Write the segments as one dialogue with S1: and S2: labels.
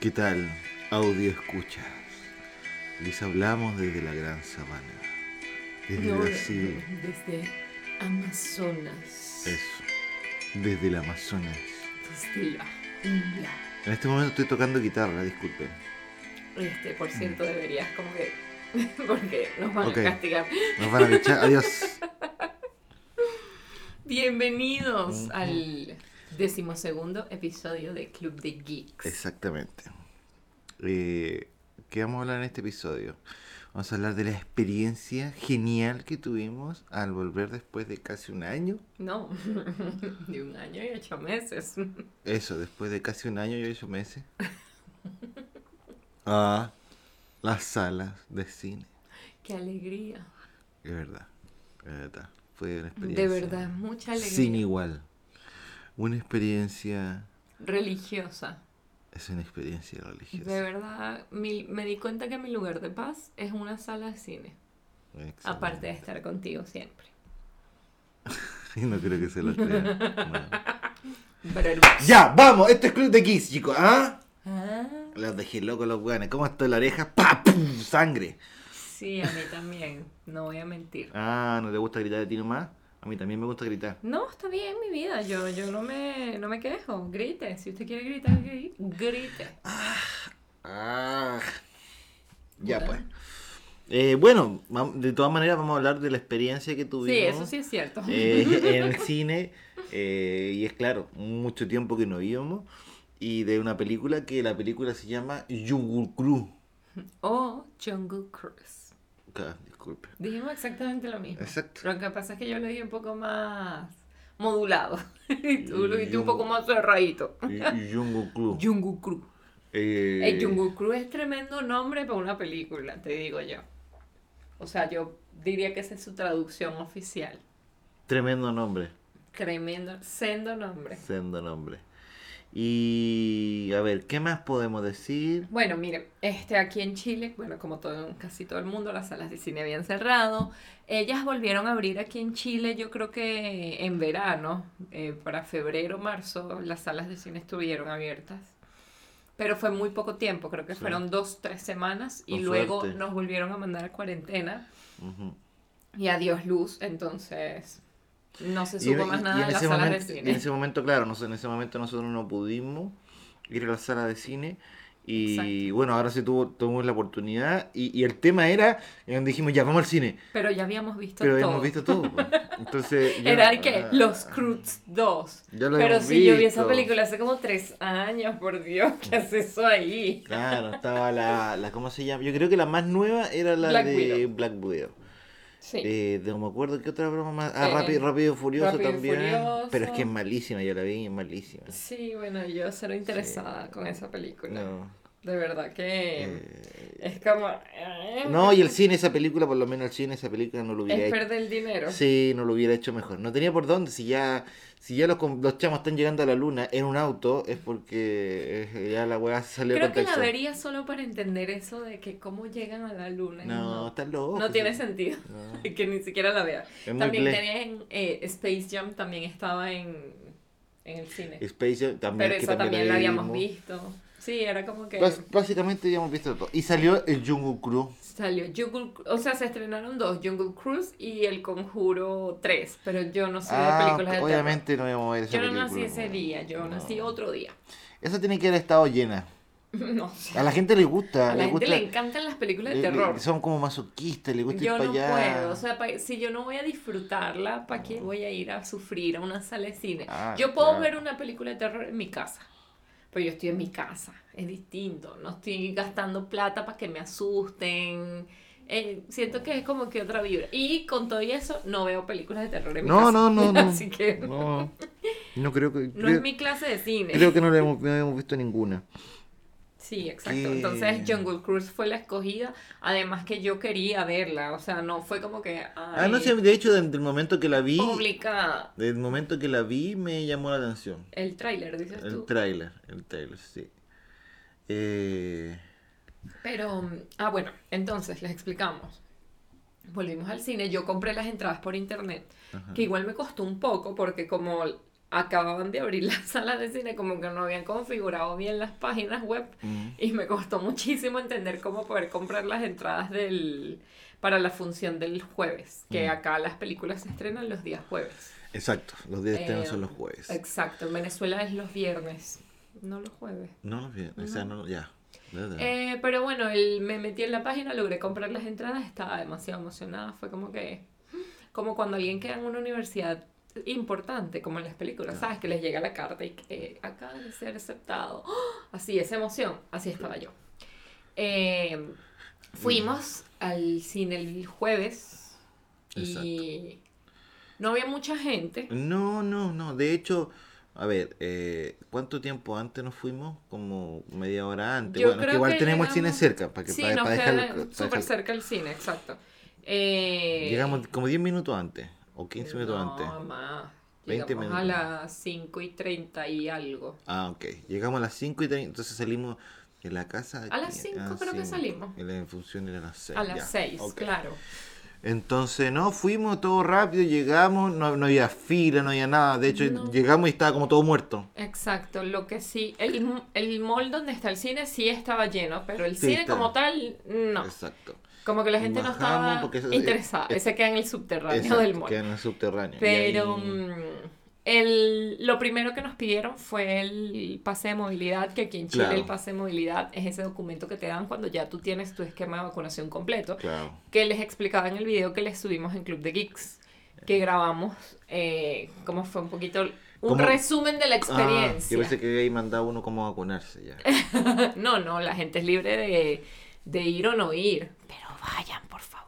S1: ¿Qué tal, audio escuchas? Les hablamos desde la gran sabana, desde
S2: No,
S1: Brasil,
S2: no, Desde Amazonas.
S1: eso, desde el Amazonas.
S2: Desde la jungla.
S1: En este momento estoy tocando guitarra, disculpen.
S2: Este, por cierto, deberías como que. Porque nos van
S1: Ok.
S2: a castigar.
S1: Nos van a bichar, adiós.
S2: Bienvenidos
S1: Ujú.
S2: al decimosegundo episodio de Club de Geeks.
S1: Exactamente. Eh, ¿Qué vamos a hablar en este episodio? Vamos a hablar de la experiencia genial que tuvimos al volver después de casi un año.
S2: No, de un año y ocho meses.
S1: Eso, después de casi un año y ocho meses. A las salas de cine.
S2: Qué alegría.
S1: Es verdad. Es verdad. Fue una experiencia.
S2: De verdad, mucha alegría.
S1: Sin igual. Una experiencia.
S2: Religiosa.
S1: Es una experiencia
S2: De
S1: religiosa.
S2: verdad, mi- me di cuenta que mi lugar de paz es una sala de cine.
S1: Excelente.
S2: Aparte de estar contigo siempre.
S1: No creo que se lo crean. No.
S2: Pero-
S1: Ya, vamos, esto es Club de Kiss, chicos, ¿ah?
S2: Ah,
S1: Los dejé locos los weones. ¿Cómo está la oreja? ¡Pa! ¡Pum! ¡Sangre!
S2: sí, a mí también. No voy a mentir.
S1: Ah, ¿no te gusta gritar de ti nomás? A mí también me gusta gritar.
S2: No, está bien mi vida. Yo, yo no, me, no me quejo. Grite. Si usted quiere gritar, gri- grite.
S1: Ah. Ya
S2: Puta.
S1: pues. Eh, bueno, vam- de todas maneras vamos a hablar de la experiencia que tuvimos
S2: Sí, eso sí es cierto.
S1: eh, en el cine. eh, y es claro, mucho tiempo que no íbamos. Y de una película que la película se llama Yugurkru.
S2: O Jungle Cruise.
S1: Ah, disculpe.
S2: Dijimos exactamente lo mismo.
S1: Exacto.
S2: Lo que pasa es que yo lo dije un poco más modulado. y tú lo dijiste
S1: Jungle-
S2: un poco más cerradito.
S1: Yugurkru.
S2: Jungle Cruise.
S1: Eh,
S2: El Jungle Cruise es tremendo nombre para una película, te digo yo. O sea, yo diría que esa es su traducción oficial.
S1: Tremendo nombre.
S2: Tremendo, sendo nombre.
S1: Sendo nombre. Y a ver, ¿qué más podemos decir?
S2: Bueno, miren, este, aquí en Chile, bueno, como todo, casi todo el mundo, las salas de cine habían cerrado. Ellas volvieron a abrir aquí en Chile, yo creo que en verano, eh, para febrero, marzo, las salas de cine estuvieron abiertas. Pero fue muy poco tiempo, creo que
S1: Sí.
S2: fueron dos, tres semanas y
S1: Con
S2: luego
S1: suerte.
S2: nos volvieron a mandar a cuarentena
S1: Ujú.
S2: y adiós luz, entonces no se
S1: Y en-
S2: supo más
S1: y-
S2: nada
S1: y
S2: de
S1: en
S2: las
S1: ese
S2: salas de
S1: momento- y en
S2: cine.
S1: ese momento, claro, nos- en ese momento nosotros no pudimos ir a la sala de cine. Y
S2: Exacto.
S1: bueno, ahora sí tuvo, tuvimos la oportunidad. Y, y el tema era, eh, dijimos, ya, vamos al cine.
S2: Pero ya habíamos visto
S1: pero
S2: todo.
S1: hemos visto todo. pues. Entonces, ya- ah,
S2: Era el que Los Croods 2.
S1: Ya lo
S2: Pero
S1: habíamos
S2: si yo vi esa
S1: visto.
S2: película hace como tres años, por Dios, ¿qué haces eso ahí?
S1: Claro, estaba la, la, ¿cómo se llama? Yo creo que la más nueva era la
S2: Black
S1: de
S2: Widow.
S1: Black Widow.
S2: Sí.
S1: Eh, no me acuerdo qué otra broma más. Ah,
S2: Eh,
S1: Rápido, Rápido y Furioso
S2: Rápido y
S1: también.
S2: Furioso.
S1: Pero es que es malísima, yo la vi, es malísima.
S2: Sí, bueno, yo cero interesada con esa película.
S1: No.
S2: De verdad que
S1: eh,
S2: es como... eh,
S1: no, y el cine, esa película, por lo menos el cine, esa película no lo hubiera
S2: Es
S1: hecho.
S2: perder el dinero.
S1: Sí, no lo hubiera hecho mejor. No tenía por dónde. Si ya, si ya los, com- los chamos están llegando a la luna en un auto, es porque eh, ya la weá se salió de
S2: Creo que la
S1: contexto.
S2: vería solo para entender eso de que cómo llegan a la luna.
S1: No,
S2: no,
S1: están locos.
S2: no tiene sentido.
S1: No.
S2: que ni siquiera la vea.
S1: Es muy
S2: También
S1: ble-
S2: tenía en eh, Space Jam, también estaba en, en el cine.
S1: Space Jam también.
S2: Pero
S1: es que
S2: esa también la habíamos
S1: vimos.
S2: visto. Sí, era como que
S1: Bás- Básicamente ya hemos visto todo. Y salió el Jungle Crew.
S2: salió Jungle, Cru- o sea, se estrenaron dos, Jungle Cruise y El Conjuro 3, pero yo no soy de
S1: Ah,
S2: películas de terror.
S1: obviamente no íbamos a ver esa
S2: Yo no
S1: película.
S2: nací ese día, yo
S1: No.
S2: nací otro día.
S1: Esa tiene que haber estado llena.
S2: No sé.
S1: A la gente le gusta.
S2: A
S1: le
S2: la gente
S1: Ah, gusta,
S2: le encantan las películas de
S1: le- le-
S2: terror.
S1: son como masoquistas, le gusta
S2: Yo
S1: ir para
S2: no
S1: allá.
S2: puedo, o sea, pa- si yo no voy a disfrutarla, ¿para qué voy a ir a sufrir a una sala de cine?
S1: Ah,
S2: yo puedo
S1: claro.
S2: ver una película de terror en mi casa, pero yo estoy en mi casa, es distinto, no estoy gastando plata para que me asusten, eh, siento que es como que otra vibra. Y con todo y eso, no veo películas de terror en mi
S1: no,
S2: casa.
S1: no, no, no.
S2: Así que no,
S1: No, no creo que. creo,
S2: es mi clase de cine.
S1: creo que no la hemos, no hemos visto ninguna.
S2: Sí, exacto.
S1: Que-
S2: Entonces Jungle Cruise fue la escogida, además que yo quería verla, o sea, no fue como que...
S1: Ah, no
S2: ay,
S1: sé, de hecho, desde el momento que la vi.
S2: Obligada.
S1: Desde el momento que la vi, me llamó la atención.
S2: El tráiler, dices
S1: El
S2: tú.
S1: tráiler, el tráiler, sí. Eh,
S2: Pero, mm, ah, bueno, entonces les explicamos. Volvimos al cine, yo compré las entradas por internet,
S1: ajá.
S2: que igual me costó un poco porque como acababan de abrir las salas de cine, como que no habían configurado bien las páginas web
S1: Mm.
S2: y me costó muchísimo entender cómo poder comprar las entradas del, para la función del jueves, que
S1: Mm.
S2: acá las películas se estrenan los días jueves.
S1: Exacto, los días de estreno
S2: Eh,
S1: son los jueves.
S2: Exacto, en Venezuela es los viernes, no los jueves.
S1: No los viernes, o sea, no, ya. Ya, ya.
S2: Eh, pero bueno, el- me metí en la página, logré comprar las entradas, estaba demasiado emocionada, fue como que, como cuando alguien queda en una universidad importante, como en las películas, ¿sabes? Que les llega la carta y que eh, acaba de ser aceptado. ¡Ah! Así, esa emoción, así estaba yo. Eh, fuimos al cine el jueves y no había mucha gente.
S1: No, no, no. De hecho, a ver, eh, ¿cuánto tiempo antes nos fuimos? Como media hora antes.
S2: Yo
S1: bueno, es que
S2: creo
S1: igual
S2: que
S1: tenemos el cine
S2: llegamos-
S1: cerca, para que
S2: Sí,
S1: para,
S2: nos
S1: para dejarlo-
S2: queda
S1: para
S2: súper
S1: dejarlo.
S2: cerca el cine, exacto. Eh,
S1: Llegamos como 10 minutos antes, o 15 minutos
S2: no,
S1: antes.
S2: más.
S1: 20
S2: Llegamos a
S1: minutos.
S2: las 5 y 30 y algo.
S1: Ah, ok. Llegamos a las 5 y 30, entonces salimos de la casa.
S2: A las cinco creo que salimos.
S1: Y la función era a las 6.
S2: A las 6, claro.
S1: Entonces, no, fuimos todo rápido, llegamos, no, no había fila, no había nada. De hecho,
S2: No.
S1: llegamos y estaba como todo muerto.
S2: Exacto, lo que sí, el, el mall donde está el cine sí estaba lleno, pero el
S1: Sí,
S2: cine
S1: está.
S2: como tal, no.
S1: Exacto.
S2: Como que la gente no
S1: Bajamos
S2: estaba
S1: porque eso es-
S2: interesada.
S1: es-
S2: Ese queda en el subterráneo
S1: Exacto,
S2: del mall.
S1: queda en el subterráneo. Y
S2: Pero
S1: ahí-
S2: mm, el, lo primero que nos pidieron fue el pase de movilidad, que aquí en Chile
S1: Claro.
S2: el pase de movilidad es ese documento que te dan cuando ya tú tienes tu esquema de vacunación completo,
S1: Claro.
S2: que les explicaba en el video que les subimos en Club de Geeks, que grabamos, eh, como fue un poquito un
S1: ¿Cómo?
S2: resumen de la
S1: Ah,
S2: experiencia.
S1: yo pensé que ahí mandaba uno como a vacunarse ya.
S2: No, no, la gente es libre de, de ir o no ir, pero vayan, por favor.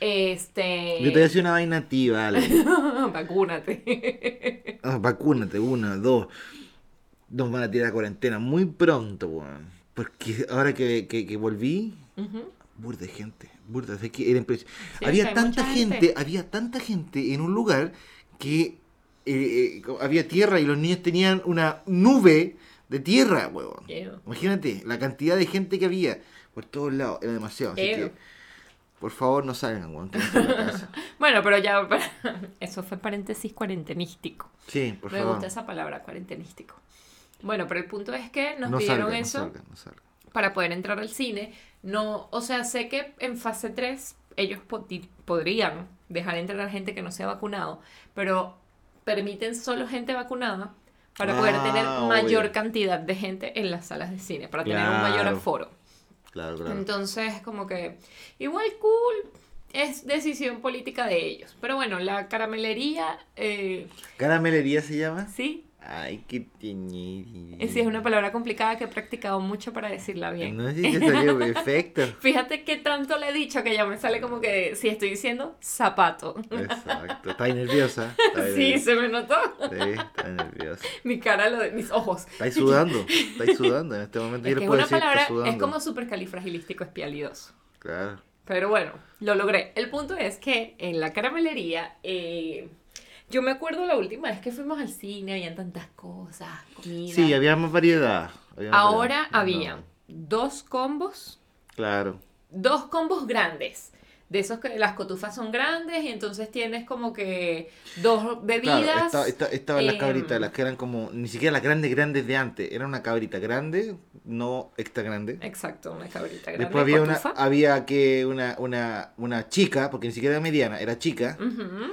S2: Este...
S1: Yo te decía una vaina nativa, Ale.
S2: Vacúnate.
S1: Ah, vacúnate, una, dos. Nos van a tirar a cuarentena muy pronto, weón. Porque ahora que, que, que volví,
S2: Ujú.
S1: burda de gente. Burda, es que era impresionante.
S2: Sí, es que
S1: había
S2: hay
S1: tanta
S2: mucha
S1: gente,
S2: gente.
S1: había tanta gente en un lugar que eh, eh, había tierra y los niños tenían una nube de tierra, weón.
S2: Ew.
S1: Imagínate la cantidad de gente que había por todos lados, era demasiado. Así
S2: Ew.
S1: que, por favor, no salgan, weón. quédense en la casa.
S2: Bueno, pero ya, eso fue paréntesis cuarentenístico.
S1: Sí, por
S2: Me
S1: favor.
S2: gusta esa palabra, cuarentenístico. Bueno, pero el punto es que nos
S1: no
S2: pidieron
S1: salgan,
S2: eso
S1: No salgan, no salgan.
S2: para poder entrar al cine. No, o sea, sé que en fase 3 ellos po- di- podrían dejar entrar a gente que no sea vacunado, pero permiten solo gente vacunada para poder
S1: Ah,
S2: tener mayor
S1: obvio.
S2: cantidad de gente en las salas de cine, para tener un mayor
S1: Claro.
S2: aforo.
S1: Claro, claro.
S2: Entonces, como que igual cool es decisión política de ellos. Pero bueno, la caramelería, eh,
S1: ¿Caramelería se llama?
S2: sí,
S1: Ay, qué tiñi.
S2: sí es una palabra complicada que he practicado mucho para decirla bien.
S1: No sé si te salió perfecto.
S2: Fíjate que tanto le he dicho que ya me sale como que si estoy diciendo zapato.
S1: Exacto. Estás nerviosa. Está
S2: Sí,
S1: nerviosa.
S2: se me notó.
S1: Sí, está nerviosa.
S2: Mi cara, lo de, mis ojos.
S1: Estáis sudando. Estáis sudando en este momento.
S2: Es
S1: yo
S2: que
S1: le
S2: es
S1: puedo
S2: una
S1: decir,
S2: palabra,
S1: estás sudando.
S2: es como supercalifragilístico espialidoso.
S1: Claro.
S2: Pero bueno, lo logré. El punto es que en la caramelería, eh, yo me acuerdo la última vez que fuimos al cine, habían tantas cosas, comida.
S1: Sí, había más variedad. había más
S2: Ahora
S1: variedad.
S2: había
S1: No,
S2: dos combos,
S1: Claro.
S2: dos combos grandes. De esos que las cotufas son grandes y entonces tienes como que dos bebidas.
S1: Claro, esta- esta- estaban las
S2: em,
S1: cabritas, las que eran como, ni siquiera las grandes grandes de antes, era una cabrita grande, no extra grande.
S2: Exacto, una cabrita grande.
S1: Después había una,
S2: cotufa.
S1: había que una, una, una chica, porque ni siquiera era mediana, era chica.
S2: Ujú.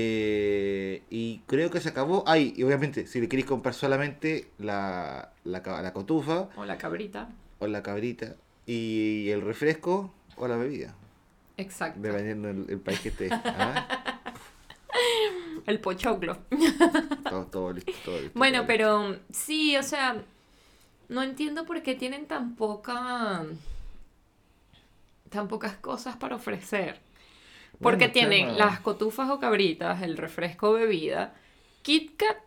S1: Eh, y creo que se acabó. Ay, y obviamente, si le queréis comprar solamente la, la, ca- la cotufa
S2: O la cabrita.
S1: o la cabrita y el refresco o la bebida,
S2: Exacto.
S1: dependiendo del el país que esté. Ah,
S2: El pochoclo.
S1: Todo, todo listo, todo listo,
S2: Bueno,
S1: todo listo.
S2: pero sí, o sea, no entiendo por qué tienen tan poca tan pocas cosas para ofrecer. Porque
S1: Bueno,
S2: tienen
S1: claro.
S2: las cotufas o cabritas, el refresco bebida, Kit Kat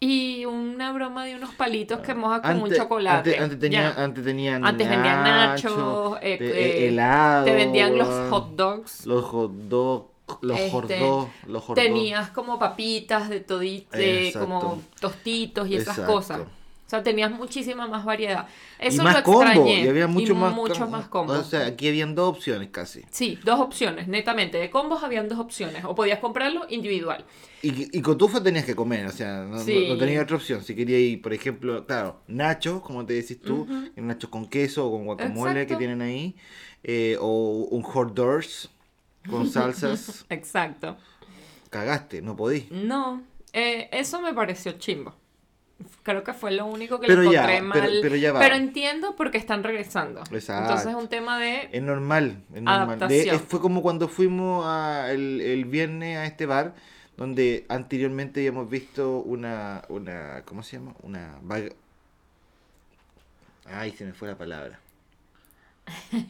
S2: y una broma de unos palitos que moja con un
S1: Antes-
S2: chocolate.
S1: Antes, antes tenía-
S2: Ya.
S1: antes tenían
S2: Antes vendían
S1: nachos,
S2: nachos, eh,
S1: te-
S2: eh,
S1: helado,
S2: Te vendían los
S1: weón.
S2: hot dogs.
S1: Los hot dog, los
S2: Este,
S1: hot dog, los hot dog.
S2: Tenías como papitas de todito, de
S1: Exacto.
S2: como tostitos y esas
S1: Exacto.
S2: cosas. O sea, tenías muchísima más variedad. Eso
S1: y más
S2: lo extrañé.
S1: combo, y había mucho más
S2: muchos
S1: combo.
S2: más combos.
S1: O sea, aquí habían dos opciones casi.
S2: Sí, dos opciones, netamente. De combos habían dos opciones. O podías comprarlo individual.
S1: Y, y cotufa tenías que comer, o sea, no,
S2: Sí.
S1: no tenías otra opción. Si querías ir, por ejemplo, claro, nachos, como te decís tú,
S2: Ujú.
S1: nachos con queso o con guacamole que
S2: Exacto.
S1: tienen ahí, eh, o un hot dogs con salsas,
S2: Exacto.
S1: cagaste, no podí.
S2: No, eh, eso me pareció chimbo. Creo que fue lo único que
S1: Pero
S2: le
S1: ya,
S2: encontré
S1: pero-
S2: mal.
S1: pero ya va.
S2: entiendo porque están regresando.
S1: Exacto. Eh,
S2: Entonces es un tema de.
S1: Es normal, es normal. De-
S2: Adaptación.
S1: es- fue como cuando fuimos a- el, el viernes a este bar, donde anteriormente habíamos visto una, una ¿cómo se llama? Una vaga... Ay, se me fue la palabra.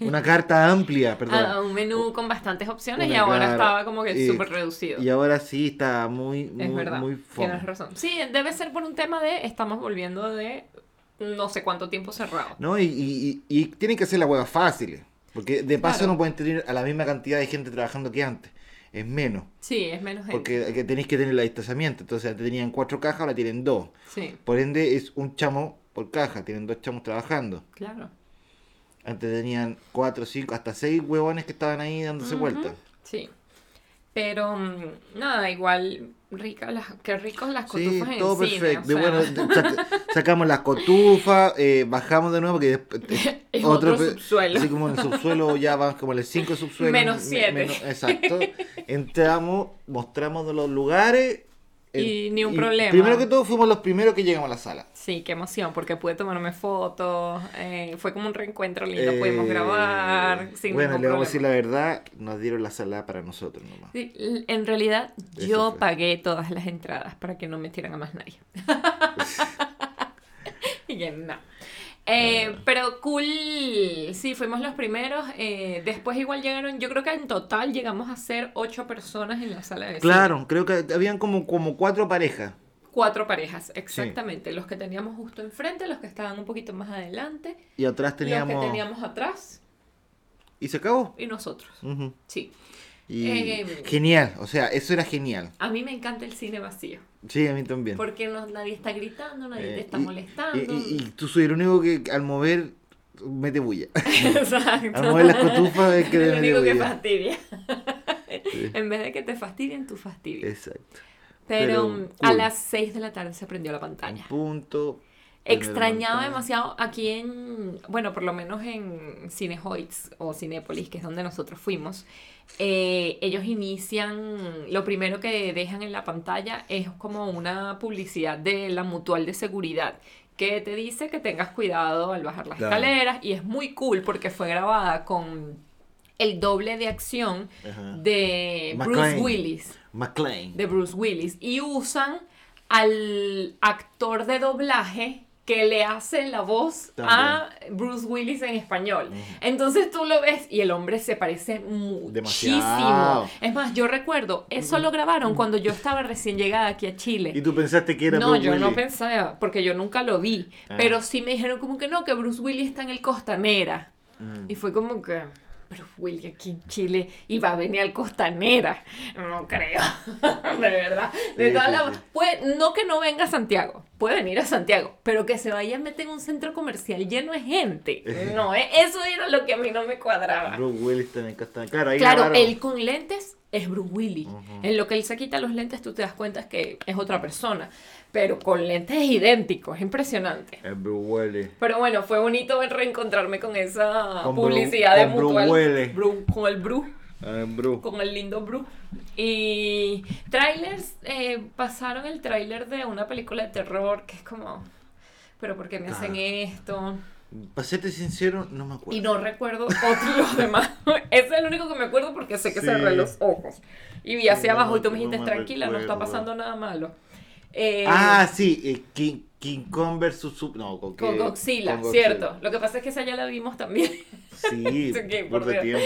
S1: Una carta amplia, perdón. Oh,
S2: ah, un menú con bastantes opciones
S1: Una
S2: y ahora
S1: cara-
S2: estaba como que
S1: y-
S2: súper reducido.
S1: Y ahora sí está muy, muy,
S2: es verdad.
S1: muy fome.
S2: Tienes razón. Sí, debe ser por un tema de. Estamos volviendo de no sé cuánto tiempo cerrado.
S1: ¿No? Y, y, y- y tienen que hacer la hueá fácil. Porque de paso
S2: Claro.
S1: no pueden tener a la misma cantidad de gente trabajando que antes. Es menos.
S2: Sí, es menos gente.
S1: Porque que tenéis que tener el distanciamiento. Entonces antes tenían cuatro cajas, ahora tienen dos.
S2: Sí,
S1: Por ende es un chamo por caja. Tienen dos chamos trabajando.
S2: claro.
S1: Antes tenían cuatro, cinco, hasta seis huevones que estaban ahí dándose
S2: Ujú,
S1: vueltas.
S2: Sí. Pero mm, nada, igual rica las, qué ricos las
S1: Sí,
S2: cotufas en
S1: todo
S2: cine,
S1: perfecto.
S2: o sea,
S1: Bueno, sac- sacamos las cotufas, eh, bajamos de nuevo porque después...
S2: en otro,
S1: pe-
S2: subsuelo.
S1: Así como en el subsuelo ya van como en el 5 subsuelo.
S2: Menos siete.
S1: exacto. Entramos, mostramos los lugares.
S2: Y ni un problema.
S1: Primero que todo fuimos los primeros que llegamos a la sala.
S2: Sí, qué emoción, porque pude tomarme fotos, eh, fue como un reencuentro lindo,
S1: Eh,
S2: pudimos grabar sin
S1: Bueno,
S2: ningún
S1: le vamos a decir
S2: problema.
S1: la verdad, nos dieron la sala para nosotros nomás.
S2: Sí, l- en realidad
S1: Eso
S2: yo
S1: fue.
S2: pagué todas las entradas para que no metieran a más nadie. y que no. Eh, pero cool, sí, fuimos los primeros. eh, después igual llegaron, yo creo que en total llegamos a ser ocho personas en la sala de cine.
S1: Claro, creo que habían como, como cuatro parejas.
S2: Cuatro parejas, exactamente. Los que teníamos justo enfrente, los que estaban un poquito más adelante,
S1: Y atrás
S2: los
S1: teníamos.
S2: que teníamos atrás
S1: Y se acabó.
S2: y nosotros.
S1: Ujú.
S2: Sí.
S1: Y-
S2: Eh,
S1: genial, o sea, eso era genial.
S2: A mí me encanta el cine vacío,
S1: Sí, a mí también.
S2: porque no, nadie está gritando, nadie
S1: Eh,
S2: te está
S1: y-
S2: molestando.
S1: Y, y- y tú soy el único que al mover mete bulla.
S2: Exacto.
S1: Al mover las cotufas es que
S2: Lo
S1: le mete
S2: único que
S1: bulla.
S2: fastidia.
S1: Sí,
S2: En vez de que te fastidien, tú fastidias.
S1: Exacto.
S2: Pero
S1: pero
S2: um,
S1: cool.
S2: a las 6 de la tarde se prendió la
S1: Un
S2: pantalla.
S1: punto. primera
S2: Extrañaba
S1: montada.
S2: demasiado aquí en, bueno, por lo menos en Cinehoids o Cinépolis, que es donde nosotros fuimos, eh, ellos inician, lo primero que dejan en la pantalla es como una publicidad de la mutual de seguridad que te dice que tengas cuidado al bajar las
S1: Claro.
S2: escaleras y es muy cool porque fue grabada con el doble de acción
S1: Ajá.
S2: de Bruce
S1: McClane.
S2: Willis
S1: McLean.
S2: de Bruce Willis y usan al actor de doblaje que le hace la voz a Bruce Willis en español. Entonces tú lo ves y el hombre se parece muchísimo.
S1: Demasiado.
S2: Es más, yo recuerdo, eso lo grabaron cuando yo estaba recién llegada aquí a Chile.
S1: Y tú pensaste que era
S2: No,
S1: Bruce
S2: yo no
S1: Willis.
S2: pensaba, porque yo nunca lo vi.
S1: Ah.
S2: Pero sí me dijeron como que no, que Bruce Willis está en el Costanera.
S1: Mm.
S2: Y fue como que, pero Willy aquí en Chile iba a venir al Costanera. No creo, de verdad. De
S1: Sí,
S2: todas
S1: sí,
S2: las-
S1: sí.
S2: Puede- no que no venga a Santiago, puede venir a Santiago, pero que se vaya a meter en un centro comercial lleno de gente. No, eh, eso era lo que a mí no me cuadraba.
S1: Bruce Willis también casta- Claro, ahí
S2: Claro,
S1: grabaron.
S2: él con lentes es Bruce Willis.
S1: Ujú.
S2: En lo que él se quita los lentes, tú te das cuenta que es otra persona. Pero con lentes es idéntico, es impresionante.
S1: Es Bruce Willis.
S2: Pero bueno, fue bonito reencontrarme con esa
S1: Con Bru-
S2: publicidad de
S1: con Bru
S2: mutual.
S1: Huele.
S2: Bru- con el Bru,
S1: Ah, es Bruce.
S2: con el lindo Bru. Y trailers, eh, pasaron el trailer de una película de terror que es como, pero ¿por qué me hacen
S1: Ah. Pues.
S2: esto?
S1: Para serte sincero, no me acuerdo.
S2: Y no recuerdo otros los demás. Ese es el único que me acuerdo porque sé que
S1: Sí.
S2: cerré los ojos. Y vi hacia
S1: Sí, no
S2: abajo
S1: me-
S2: y tú me
S1: no
S2: dijiste,
S1: me
S2: tranquila, no está
S1: recuerdo".
S2: pasando nada malo. Eh,
S1: Ah, sí, eh, King, King Kong versus Sub- No, con,
S2: con
S1: que-
S2: Godzilla,
S1: con
S2: cierto. Lo que pasa es que esa ya la vimos también.
S1: Sí,
S2: Ok, por
S1: por de
S2: Dios.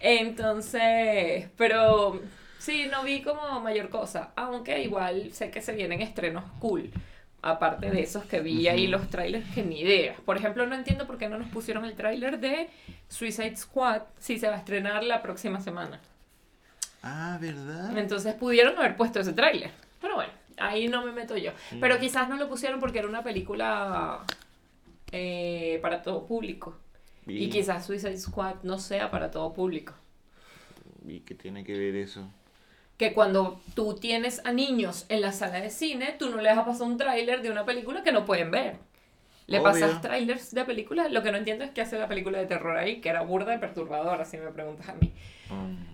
S1: tiempo.
S2: Entonces, pero sí, no vi como mayor cosa, aunque igual sé que se vienen estrenos cool. Aparte de esos que vi ahí los trailers que ni idea. Por ejemplo, no entiendo por qué no nos pusieron el trailer de Suicide Squad si se va a estrenar la próxima semana.
S1: Ah, ¿verdad?
S2: Entonces pudieron haber puesto ese tráiler. Pero bueno, ahí no me meto yo. Pero quizás no lo pusieron porque era una película eh, para todo público. Y,
S1: Y-
S2: quizás Suicide Squad no sea para todo público.
S1: ¿Y qué tiene que ver eso?
S2: Que cuando tú tienes a niños en la sala de cine, tú no les vas a pasar un tráiler de una película que no pueden ver. Le
S1: Obvio.
S2: pasas trailers de películas. Lo que no entiendo es qué hace la película de terror ahí, que era burda y perturbadora, si me preguntas a mí.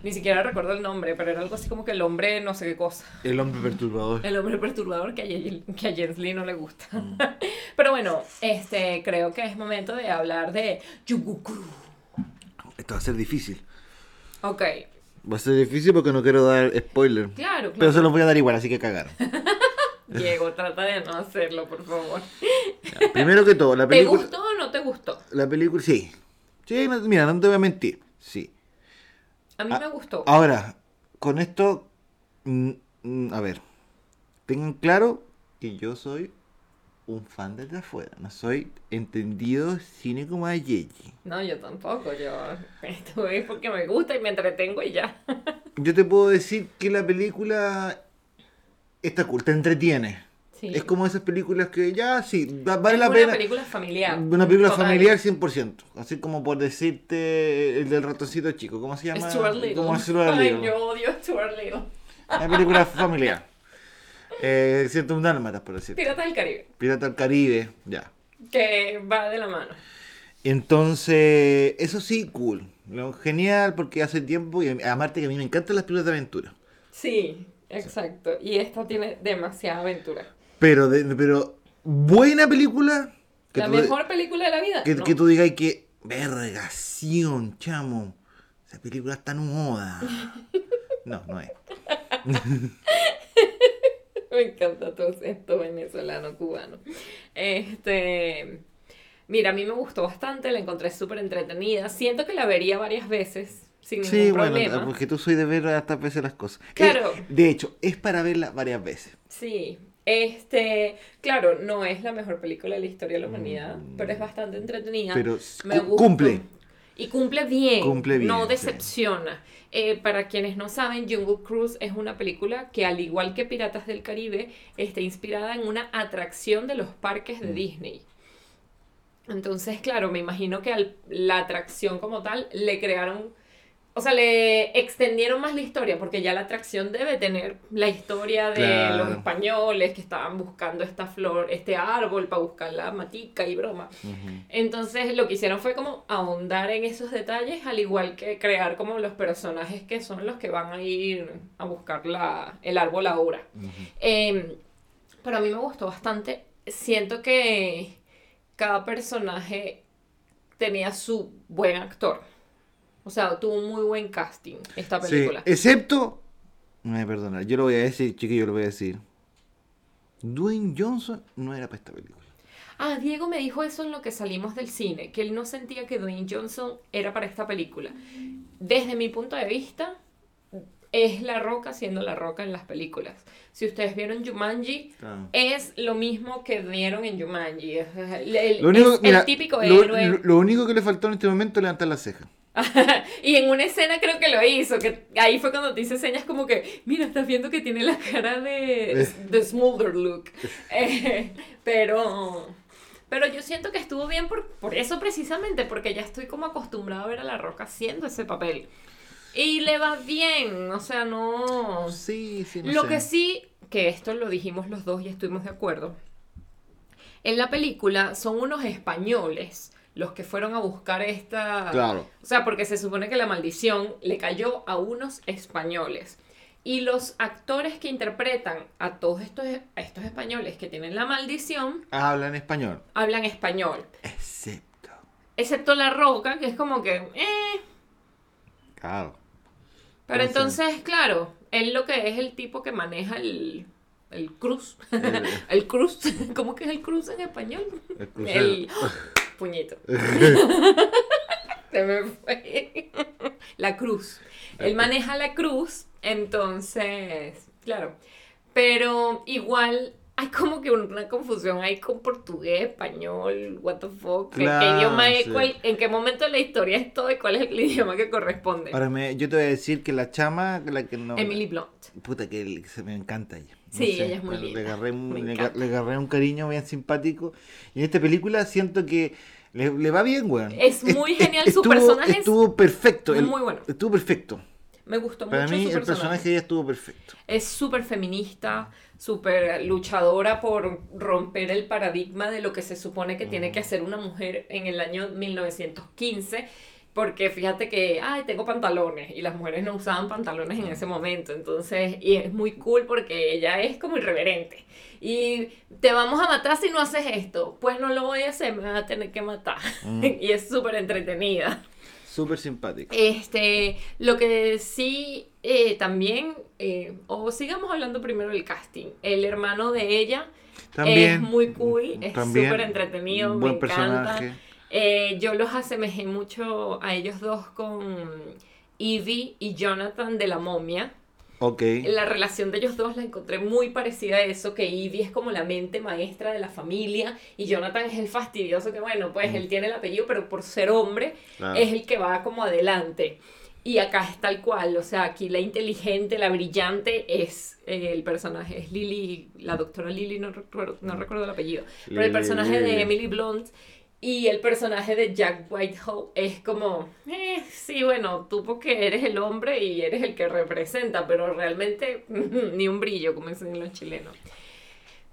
S2: Ni siquiera recuerdo el nombre, pero era algo así como que el hombre no sé qué cosa.
S1: El hombre perturbador. Mm,
S2: El hombre perturbador que a, Ye- que a Jens Lee no le gusta. Pero bueno, este, creo que es momento de hablar de Yugukuru.
S1: Esto va a ser difícil.
S2: Ok,
S1: Va a ser difícil porque no quiero dar spoiler.
S2: claro,
S1: Pero
S2: claro.
S1: se los voy a dar igual, así que cagaron.
S2: Diego, trata de no hacerlo, por favor.
S1: Ya, Primero que todo, la
S2: ¿Te
S1: película.
S2: gustó o no te gustó?
S1: La película, sí. Sí, no- mira, no te voy a mentir. Sí.
S2: A mí
S1: Ah,
S2: me gustó.
S1: Ahora, con esto, mm, mm, a ver, tengan claro que yo soy un fan desde afuera, no soy entendido cine como a Yeye.
S2: No, yo tampoco, yo estuve porque me gusta y me entretengo y ya.
S1: Yo te puedo decir que la película está cool, te entretiene.
S2: Sí.
S1: Es como esas películas que ya, sí, va- vale
S2: Es
S1: la
S2: una
S1: pena.
S2: película familiar.
S1: Una película
S2: Total.
S1: familiar 100%. Así como por decirte el del ratoncito chico, ¿cómo se llama?
S2: Stuart Little.
S1: Como Stuart
S2: Ay,
S1: Little.
S2: yo odio a Stuart Little.
S1: Una película familiar. Eh, siento un dálmatas, por decirte.
S2: Piratas del Caribe,
S1: Pirata del Caribe, ya.
S2: que va de la mano.
S1: Entonces, eso sí, cool. Lo genial, porque hace tiempo, y aparte que a mí me encantan las películas de aventura.
S2: Sí, exacto. Y esta tiene demasiada aventura.
S1: Pero, de- pero buena película. Que
S2: ¿La
S1: tú,
S2: mejor película de la vida?
S1: que,
S2: No.
S1: que tú digas que, vergación, chamo. Esa película está en moda. No, no es.
S2: Me encanta tu acento venezolano-cubano. Este... Mira, a mí me gustó bastante, la encontré súper entretenida. Siento que la vería varias veces sin ningún
S1: Sí, bueno,
S2: problema.
S1: porque tú soy de ver hartas veces las cosas. Eh,
S2: Claro.
S1: de hecho, es para verla varias veces.
S2: Sí, este, claro, no es la mejor película de la historia de la humanidad, pero es bastante entretenida.
S1: Mm. Pero s-
S2: Me
S1: cu-
S2: gustó.
S1: cumple.
S2: Y cumple bien,
S1: Cumple bien,
S2: no
S1: sí.
S2: decepciona. Eh, para quienes no saben, Jungle Cruise es una película que, al igual que Piratas del Caribe, está inspirada en una atracción de los parques
S1: Mm.
S2: de Disney. Entonces, claro, me imagino que al- la atracción como tal le crearon, o sea, le extendieron más la historia, porque ya la atracción debe tener la historia de
S1: Claro.
S2: los españoles que estaban buscando esta flor, este árbol para buscar la matica y broma. Entonces, lo que hicieron fue como ahondar en esos detalles, al igual que crear como los personajes que son los que van a ir a buscar la, el árbol ahora. Eh, pero a mí me gustó bastante. Siento que cada personaje tenía su buen actor. O sea, tuvo un muy buen casting esta
S1: Sí,
S2: película.
S1: excepto. Me voy a perdonar, yo lo voy a decir, chiquillo, lo voy a decir. Dwayne Johnson no era para esta película.
S2: Ah, Diego me dijo eso en lo que salimos del cine, que él no sentía que Dwayne Johnson era para esta película. Desde mi punto de vista, es La Roca siendo La Roca en las películas. Si ustedes vieron Jumanji, es lo mismo que vieron en Jumanji. Es el, el-
S1: Lo único,
S2: Eh, es el
S1: mira,
S2: típico
S1: lo,
S2: héroe.
S1: lo- lo único que le faltó en este momento es levantar la ceja.
S2: Y en una escena creo que lo hizo, que ahí fue cuando te hice señas como que, mira, estás viendo que tiene la cara de, de Smolder look. Eh, pero, pero yo siento que estuvo bien por, por eso precisamente, porque ya estoy como acostumbrado a ver a La Roca haciendo ese papel. Y le va bien, o sea, no...
S1: Oh, Sí, sí, no
S2: Lo
S1: sé.
S2: que sí, que esto lo dijimos los dos y estuvimos de acuerdo, en la película son unos españoles los que fueron a buscar esta...
S1: Claro.
S2: O sea, porque se supone que la maldición le cayó a unos españoles. Y los actores que interpretan a todos estos, a estos españoles que tienen la maldición
S1: Habla en español.
S2: hablan español.
S1: Excepto.
S2: Excepto la roca, que es como que... eh.
S1: Claro.
S2: Pero
S1: No sé.
S2: entonces, claro, él lo que es el tipo que maneja el, el cruz. el cruz. ¿Cómo que es el cruz en español?
S1: El crucero.
S2: El puñito. Se me fue. La cruz. Él maneja la cruz, entonces, claro. Pero igual hay como que una confusión ahí con portugués, español, what the fuck, ¿qué- ¿qué,
S1: Claro,
S2: idioma es,
S1: sí.
S2: cuál- en qué momento de la historia es todo y cuál es el idioma que corresponde.
S1: Ahora me, yo te voy a decir que la chama, la que no.
S2: Emily Blunt.
S1: Puta, que el- se me encanta ella. No
S2: Sí, ella es muy
S1: le
S2: linda,
S1: agarré un-
S2: me
S1: le, aga-
S2: encanta.
S1: le agarré un cariño bien simpático. Y en esta película siento que le, le va bien, weón.
S2: Es muy genial, su
S1: estuvo-
S2: personaje es
S1: Estuvo perfecto. el-
S2: muy bueno.
S1: Estuvo perfecto.
S2: Me gustó
S1: Para
S2: mucho
S1: mí,
S2: su
S1: el
S2: personaje.
S1: personaje de ella estuvo perfecto.
S2: Es súper feminista, súper luchadora por romper el paradigma de lo que se supone que tiene que hacer una mujer en el año 1915. Porque fíjate que, ay, tengo pantalones. Y las mujeres no usaban pantalones en ese momento. Entonces, y es muy cool porque ella es como irreverente. Y te vamos a matar si no haces esto. Pues no lo voy a hacer, me vas a tener que matar.
S1: Mm.
S2: y es súper entretenida.
S1: Súper simpático.
S2: Este, lo que sí eh, también, eh, o sigamos hablando primero del casting. El hermano de ella es
S1: También. mm,
S2: muy cool, es
S1: también,
S2: súper entretenido,
S1: un
S2: me
S1: buen
S2: encanta.
S1: personaje.
S2: Eh, yo los asemejé mucho a ellos dos con Evie y Jonathan de la momia.
S1: Ok.
S2: La relación de ellos dos la encontré muy parecida a eso, que Ivy es como la mente maestra de la familia y Jonathan es el fastidioso que, bueno, pues él tiene el apellido, pero por ser hombre
S1: Claro.
S2: es el que va como adelante. Y acá es tal cual, o sea, aquí la inteligente, la brillante es eh, el personaje, es Lily, la doctora Lily, no recuerdo, no recuerdo el apellido, pero
S1: Mm.
S2: el
S1: Lily,
S2: personaje
S1: Lily.
S2: de Emily Blunt y el personaje de Jack Whitehall es como, eh, sí, bueno, tú porque eres el hombre y eres el que representa, pero realmente ni un brillo, como dicen los chilenos.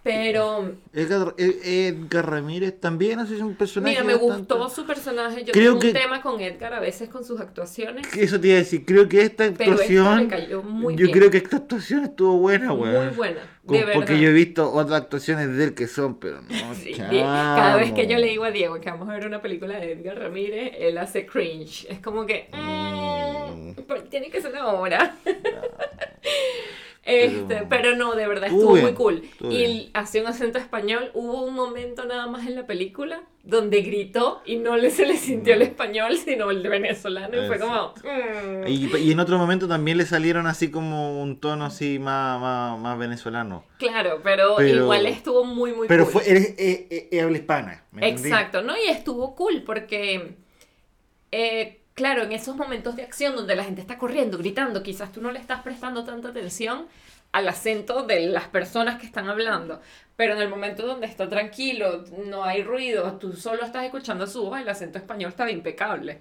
S2: Pero,
S1: Edgar, Ed- Edgar Ramírez también hace un personaje.
S2: mira, me
S1: bastante-
S2: gustó su personaje, yo
S1: Creo
S2: tengo
S1: que-
S2: un tema con Edgar a veces con sus actuaciones.
S1: Eso te iba a decir. Creo que esta
S2: Pero esta me
S1: actuación.
S2: cayó muy
S1: yo
S2: bien.
S1: creo que esta actuación estuvo buena, weón.
S2: muy buena,
S1: Ah, Como-
S2: de verdad.
S1: Porque yo he visto otras actuaciones de él que son, pero no.
S2: Sí,
S1: chamo.
S2: y Cada vez que yo le digo a Diego que vamos a ver una película de Edgar Ramírez, él hace cringe. Es como que. mm, pero tiene que ser ahora. Este,
S1: Pero-
S2: pero no, de verdad
S1: Estuvo
S2: estuvo muy
S1: bien,
S2: cool.
S1: estuvo
S2: Y
S1: bien.
S2: hace un acento español. Hubo un momento nada más en la película donde gritó y no le se le sintió el español, sino el venezolano. Y fue como. mm.
S1: Y, y en otro momento también le salieron así como un tono así más, más, más venezolano.
S2: Claro, pero,
S1: Pero-
S2: igual estuvo muy, muy
S1: Pero
S2: cool.
S1: fue, eres, eh, eh, eh, habla hispana. ¿me entendí?
S2: Exacto, ¿no? Y estuvo cool porque, eh, claro, en esos momentos de acción donde la gente está corriendo, gritando, quizás tú no le estás prestando tanta atención al acento de las personas que están hablando, pero en el momento donde está tranquilo, no hay ruido, tú solo estás escuchando su voz, el acento español estaba impecable.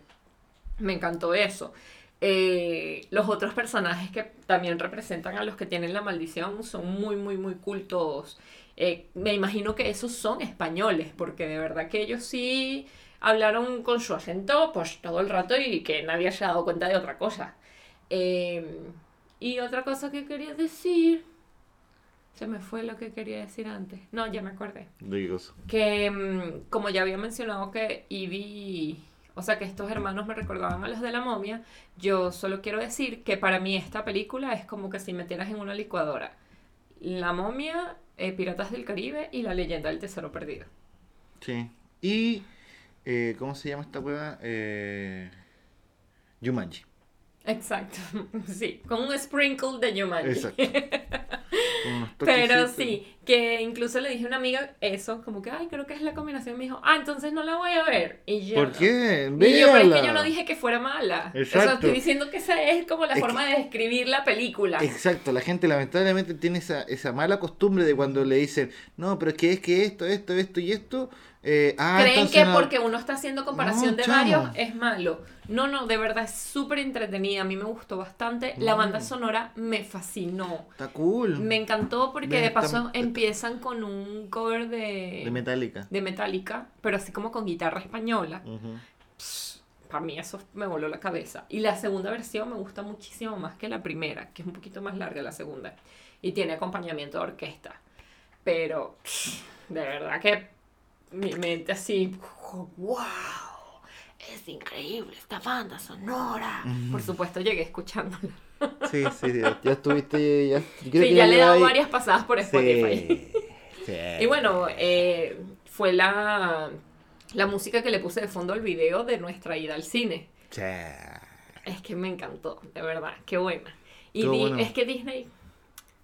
S2: Me encantó eso. Eh, los otros personajes que también representan a los que tienen la maldición son muy, muy, muy cool todos. Eh, me imagino que esos son españoles, porque de verdad que ellos sí hablaron con su acento pues todo el rato y que nadie se ha dado cuenta de otra cosa. Eh, y otra cosa que quería decir... Se me fue lo que quería decir antes. No, ya me acordé
S1: De qué cosa.
S2: que mm, como ya había mencionado que Ivy, o sea que estos hermanos me recordaban a los de la momia, yo solo quiero decir que para mí esta película es como que si metieras en una licuadora La momia, eh, Piratas del Caribe y La leyenda del tesoro perdido.
S1: Sí. Y. eh, ¿Cómo se llama esta cueva? Eh, Yumanji.
S2: Exacto, sí, con un sprinkle de Yumanji.
S1: Exacto. Con unos
S2: Pero
S1: toquecitos.
S2: sí, que incluso le dije a una amiga eso, como que, ay, creo que es la combinación, me dijo, ah, entonces no la voy a ver. Y yo,
S1: ¿Por qué?
S2: Y yo, pero es que yo
S1: Véala.
S2: no dije que fuera mala. O sea,
S1: Exacto.
S2: estoy diciendo que esa es como la
S1: Es
S2: forma de describir la película.
S1: Exacto, la gente lamentablemente tiene esa, esa mala costumbre de cuando le dicen, no, pero es que es que esto, esto, esto y esto. eh, ah,
S2: Creen
S1: entonces
S2: que
S1: no-
S2: porque uno está haciendo comparación
S1: No,
S2: de
S1: chamo.
S2: varios es malo. No, no, de verdad es súper entretenida. A mí me gustó bastante. La
S1: No.
S2: banda sonora me fascinó.
S1: Está cool.
S2: Me encantó porque
S1: Bien,
S2: de
S1: está-
S2: paso
S1: está-
S2: empiezan con un cover de,
S1: De Metallica.
S2: de Metallica, pero así como con guitarra española.
S1: Ujú.
S2: Para mí eso me voló la cabeza. Y la segunda versión me gusta muchísimo más que la primera, que es un poquito más larga la segunda. Y tiene acompañamiento de orquesta. Pero de verdad que mi mente así, wow, es increíble esta banda sonora. Por supuesto llegué escuchándola.
S1: Sí, sí, sí, ya estuviste. Ya, yo creo
S2: Sí,
S1: que
S2: ya le he dado
S1: llevaba ahí-
S2: varias pasadas por Spotify.
S1: Sí, sí.
S2: Y bueno, eh, fue la, la música que le puse de fondo al video de nuestra ida al cine.
S1: Sí.
S2: Es que me encantó, de verdad, qué buena. Y
S1: Estuvo
S2: Di-
S1: bueno.
S2: es que Disney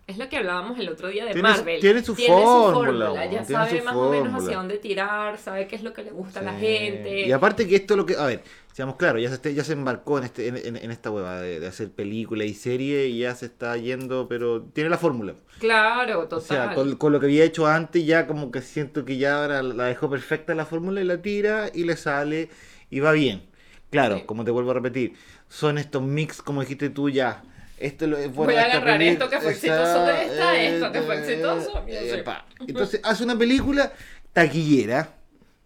S2: Es lo que hablábamos el otro día de
S1: Tiene su-
S2: Marvel.
S1: tiene su fórmula,
S2: ya
S1: tiene
S2: sabe
S1: su
S2: más o menos hacia
S1: fórmula.
S2: dónde tirar, sabe qué es lo que le gusta a la
S1: Sí.
S2: gente.
S1: Y aparte que esto lo que. A ver, seamos claros, ya se, este- ya se embarcó en, este, en, en- en esta hueva de, de hacer película y serie y ya se está yendo, pero tiene la fórmula.
S2: Claro, total.
S1: O sea, con, con lo que había hecho antes, ya como que siento que ya ahora la dejó perfecta la fórmula y la tira y le sale y va bien. Claro,
S2: Sí.
S1: como te vuelvo a repetir, son estos mix, como dijiste tú ya. Esto lo, es bueno,
S2: Voy a
S1: esto
S2: agarrar
S1: aprendí,
S2: esto que fue
S1: esta,
S2: exitoso de esta,
S1: eh,
S2: esto que fue
S1: eh,
S2: exitoso, y así.
S1: pa. Entonces hace una película taquillera,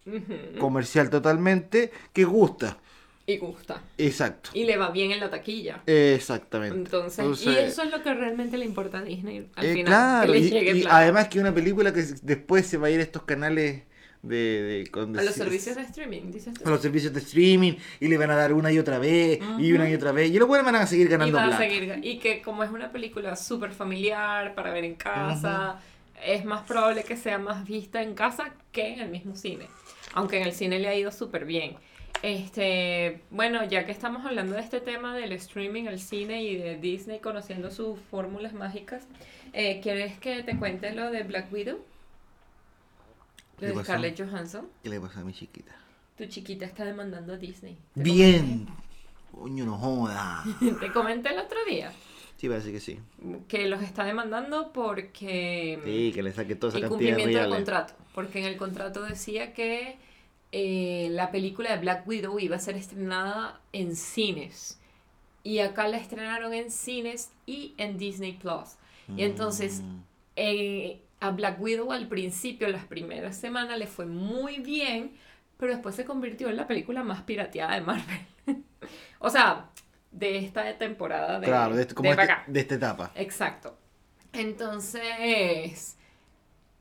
S2: Ujú.
S1: comercial totalmente, que gusta.
S2: Y gusta.
S1: Exacto.
S2: Y le va bien en la taquilla.
S1: Exactamente.
S2: Entonces, y
S1: Entonces,
S2: eso es lo que realmente le importa a Disney al
S1: eh,
S2: final.
S1: claro,
S2: que
S1: y,
S2: les llegue
S1: y
S2: plata.
S1: además que una película que s- después se va a ir a estos canales de, de- con-
S2: a los
S1: de-
S2: servicios de streaming, dices tú.
S1: a los servicios de streaming y le van a dar una y otra vez y una y otra vez y los buenos van a seguir
S2: y
S1: ganando
S2: va a
S1: plata.
S2: seguir y que como es una película súper familiar para ver en casa es más probable que sea más vista en casa que en el mismo cine aunque en el cine le ha ido súper bien este bueno ya que estamos hablando de este tema del streaming el cine y de Disney conociendo sus fórmulas mágicas eh, quieres que te cuente lo de Black Widow
S1: ¿Qué
S2: lo de
S1: pasó?
S2: Scarlett Johansson
S1: ¿Qué le pasa a mi chiquita?
S2: tu chiquita está demandando a Disney Te
S1: Bien. Coño, no joda.
S2: comenté- te comenté el otro día
S1: Sí, parece que sí.
S2: que los está demandando porque
S1: Sí, que le saque toda esa cantidad de
S2: incumplimiento Mm. del
S1: reales.
S2: contrato, porque en el contrato decía que eh, la película de Black Widow iba a ser estrenada en cines y acá la estrenaron en cines y en Disney Plus. Y entonces
S1: Mm.
S2: eh, a Black Widow al principio, las primeras semanas, le fue muy bien, pero después se convirtió en la película más pirateada de Marvel. o sea, de esta temporada de,
S1: claro, de, este- como
S2: de
S1: este-
S2: para acá.
S1: de esta etapa.
S2: Exacto. Entonces,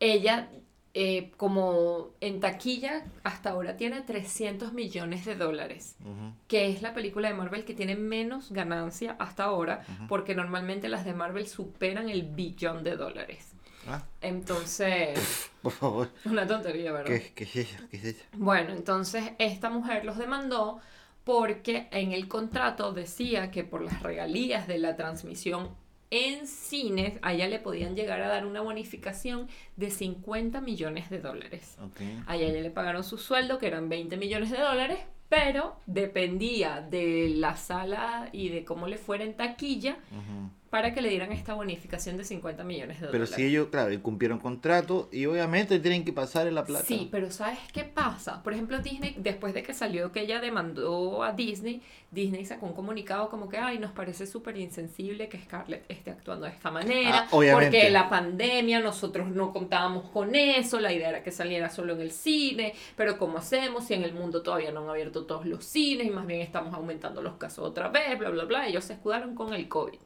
S2: ella, eh, como en taquilla, hasta ahora tiene 300 millones de dólares,
S1: Ujú.
S2: que es la película de Marvel que tiene menos ganancia hasta ahora,
S1: Ujú.
S2: porque normalmente las de Marvel superan el billón de dólares.
S1: Ah,
S2: Entonces,
S1: por favor.
S2: una tontería, ¿verdad?
S1: ¿Qué, qué es ella? ¿Qué es ella?
S2: Bueno, entonces esta mujer los demandó porque en el contrato decía que por las regalías de la transmisión en cines, a ella le podían llegar a dar una bonificación de 50 millones de dólares.
S1: Ok.
S2: A ella le pagaron su sueldo, que eran 20 millones de dólares, pero dependía de la sala y de cómo le fuera en taquilla
S1: Ujú.
S2: para que le dieran esta bonificación de 50 millones de
S1: Pero
S2: dólares.
S1: si ellos, claro, cumplieron contrato y obviamente tienen que pasar en la plata.
S2: Sí, pero ¿sabes qué pasa? Por ejemplo, Disney, después de que salió que ella demandó a Disney, Disney sacó un comunicado como que, ay, nos parece súper insensible que Scarlett esté actuando de esta manera,
S1: Ah, obviamente.
S2: porque la pandemia, nosotros no contábamos con eso, la idea era que saliera solo en el cine, pero ¿cómo hacemos si en el mundo todavía no han abierto todos los cines y más bien estamos aumentando los casos otra vez, bla, bla, bla? Ellos se escudaron con el COVID.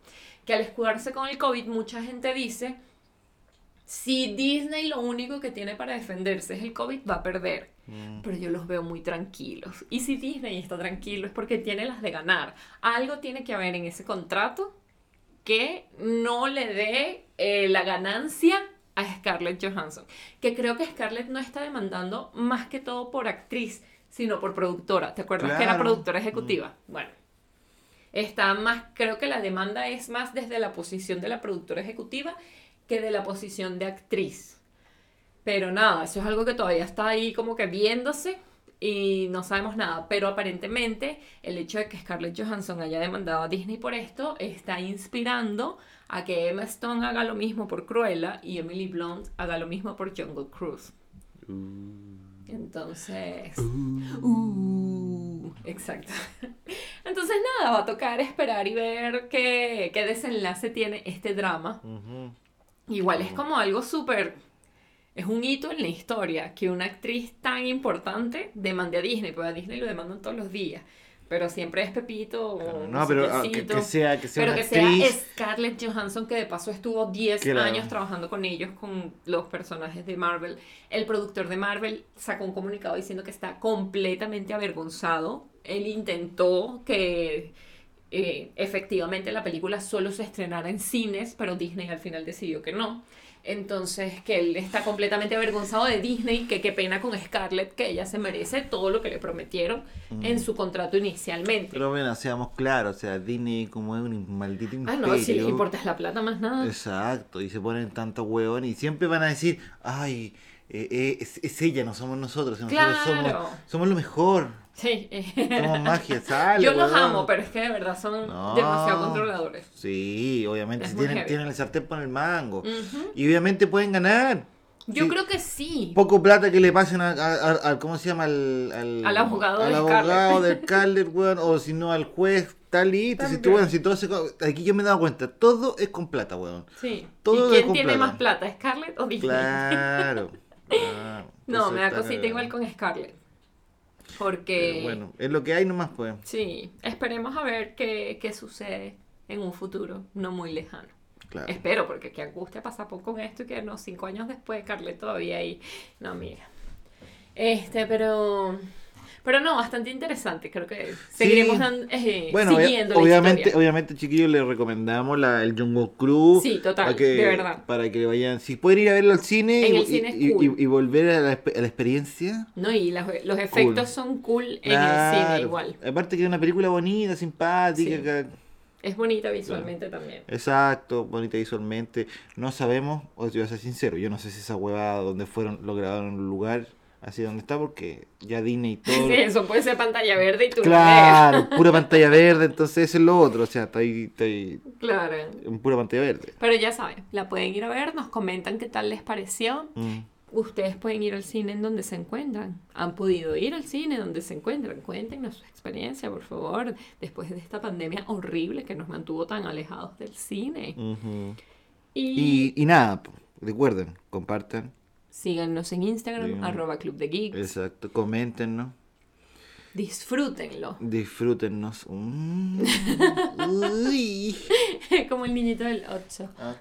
S2: Que al escudarse con el COVID, mucha gente dice... Si Disney lo único que tiene para defenderse es el COVID, va a perder.
S1: Mm.
S2: Pero yo los veo muy tranquilos. Y si Disney está tranquilo es porque tiene las de ganar. Algo tiene que haber en ese contrato que no le dé eh, la ganancia a Scarlett Johansson. Que creo que Scarlett no está demandando más que todo por actriz, sino por productora. ¿Te acuerdas que era
S1: Claro.
S2: productora ejecutiva? Bueno. Está más, creo que la demanda es más desde la posición de la productora ejecutiva que de la posición de actriz. Pero nada, eso es algo que todavía está ahí como que viéndose y no sabemos nada. Pero aparentemente el hecho de que Scarlett Johansson haya demandado a Disney por esto está inspirando a que Emma Stone haga lo mismo por Cruella y Emily Blunt haga lo mismo por Jungle Cruise.
S1: Mm.
S2: Entonces... Uh, exacto. Entonces nada, va a tocar esperar y ver qué, qué desenlace tiene este drama.
S1: Ujú.
S2: Igual es como algo súper... Es un hito en la historia que una actriz tan importante demande a Disney, porque a Disney lo demandan todos los días. Pero siempre es Pepito o
S1: Claro,
S2: no
S1: no,
S2: sé
S1: pero ah, que,
S2: quiéncito.
S1: que sea, que sea
S2: Pero
S1: una
S2: que
S1: actriz.
S2: sea Scarlett Johansson, que de paso estuvo 10
S1: Claro.
S2: años trabajando con ellos, con los personajes de Marvel. El productor de Marvel sacó un comunicado diciendo que está completamente avergonzado. Él intentó que eh, efectivamente la película solo se estrenara en cines, pero Disney al final decidió que no. Entonces, que él está completamente avergonzado de Disney, que qué pena con Scarlett, que ella se merece todo lo que le prometieron en su contrato inicialmente.
S1: Mm. Pero bueno, seamos claros, o sea, Disney como es un maldito
S2: ah,
S1: imperio.
S2: no, si les importa es la plata más nada.
S1: Exacto, y se ponen tanto huevón y siempre van a decir, ay, eh, eh, es, es ella, no somos nosotros, nosotros
S2: Claro.
S1: somos, somos lo mejor,
S2: Sí.
S1: somos magia, sale.
S2: Yo los
S1: huevón.
S2: amo, pero es que de verdad son
S1: No.
S2: demasiado controladores.
S1: Sí, obviamente,
S2: Es
S1: si
S2: muy
S1: tienen,
S2: heavy.
S1: tienen el sartén por el mango.
S2: Ujú.
S1: Y obviamente pueden ganar.
S2: Yo
S1: Sí.
S2: creo que sí.
S1: Poco plata que le pasen a- a- a- al, ¿cómo se llama? Al, al,
S2: Al abogado
S1: al
S2: del
S1: abogado del Carlet, weón, o si no al juez, tal y tal. Si tú,
S2: También.
S1: bueno, si todo se co- aquí yo me he dado cuenta, todo es con plata, weón.
S2: Sí.
S1: Todo
S2: ¿Y quién
S1: con
S2: tiene
S1: plata.
S2: más plata, Scarlett o Disney?
S1: Claro. claro.
S2: No, me da
S1: Entonces,
S2: cosita
S1: está-
S2: igual con Scarlett.
S1: pero
S2: Porque.
S1: Bueno, es lo que hay nomás, pues.
S2: Sí, esperemos a ver qué, qué sucede en un futuro no muy lejano.
S1: Claro.
S2: Espero, porque qué angustia pasar poco con esto y que no, cinco años después, Carlet todavía ahí. No, mira. Este, pero. Pero no, bastante interesante. Creo que seguiremos dando- eh,
S1: Bueno, obvia-
S2: siguiendo la
S1: obviamente,
S2: historia.
S1: obviamente, chiquillos, les recomendamos la, el Jungle Crew.
S2: Sí, total,
S1: para que,
S2: de verdad.
S1: Para que vayan, si pueden ir a verlo al cine,
S2: En
S1: y,
S2: el cine es
S1: y- y-
S2: cool.
S1: y volver a la, espe- a la experiencia.
S2: No, y las- los efectos son cool en el cine
S1: Claro.
S2: igual.
S1: Aparte que es una película bonita, simpática,
S2: Sí.
S1: que-
S2: Es bonita visualmente también.
S1: exacto, bonita visualmente. No sabemos, o te voy a ser sincero, yo no sé si esa huevada donde fueron, lo grabaron en un lugar así donde está, porque ya Disney y todo.
S2: Sí, eso puede ser pantalla verde y tú no
S1: Claro, pura pantalla verde, entonces eso es lo otro, o sea, está ahí, está ahí
S2: ves. Claro.
S1: en pura pantalla verde.
S2: Pero ya saben, la pueden ir a ver, nos comentan qué tal les pareció.
S1: Mm.
S2: Ustedes pueden ir al cine en donde se encuentran. Han podido ir al cine donde se encuentran. Cuéntenos su experiencia, por favor, después de esta pandemia horrible que nos mantuvo tan alejados del cine.
S1: Ujú.
S2: Y,
S1: y, y nada, po, recuerden, compartan,
S2: síganos en Instagram,
S1: Sí.
S2: arroba Club de Geeks.
S1: exacto, coméntenos,
S2: Disfrútenlo.
S1: disfrútennos. Mm. Uy.
S2: Como el niñito del 8.
S1: Ah.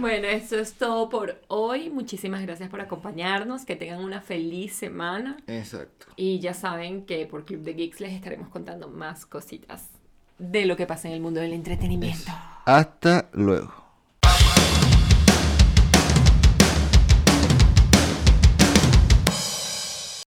S2: Bueno, eso es todo por hoy. Muchísimas gracias por acompañarnos. Que tengan una feliz semana.
S1: Exacto.
S2: Y ya saben que por Club de Geeks les estaremos contando más cositas de lo que pasa en el mundo del entretenimiento.
S1: Hasta luego.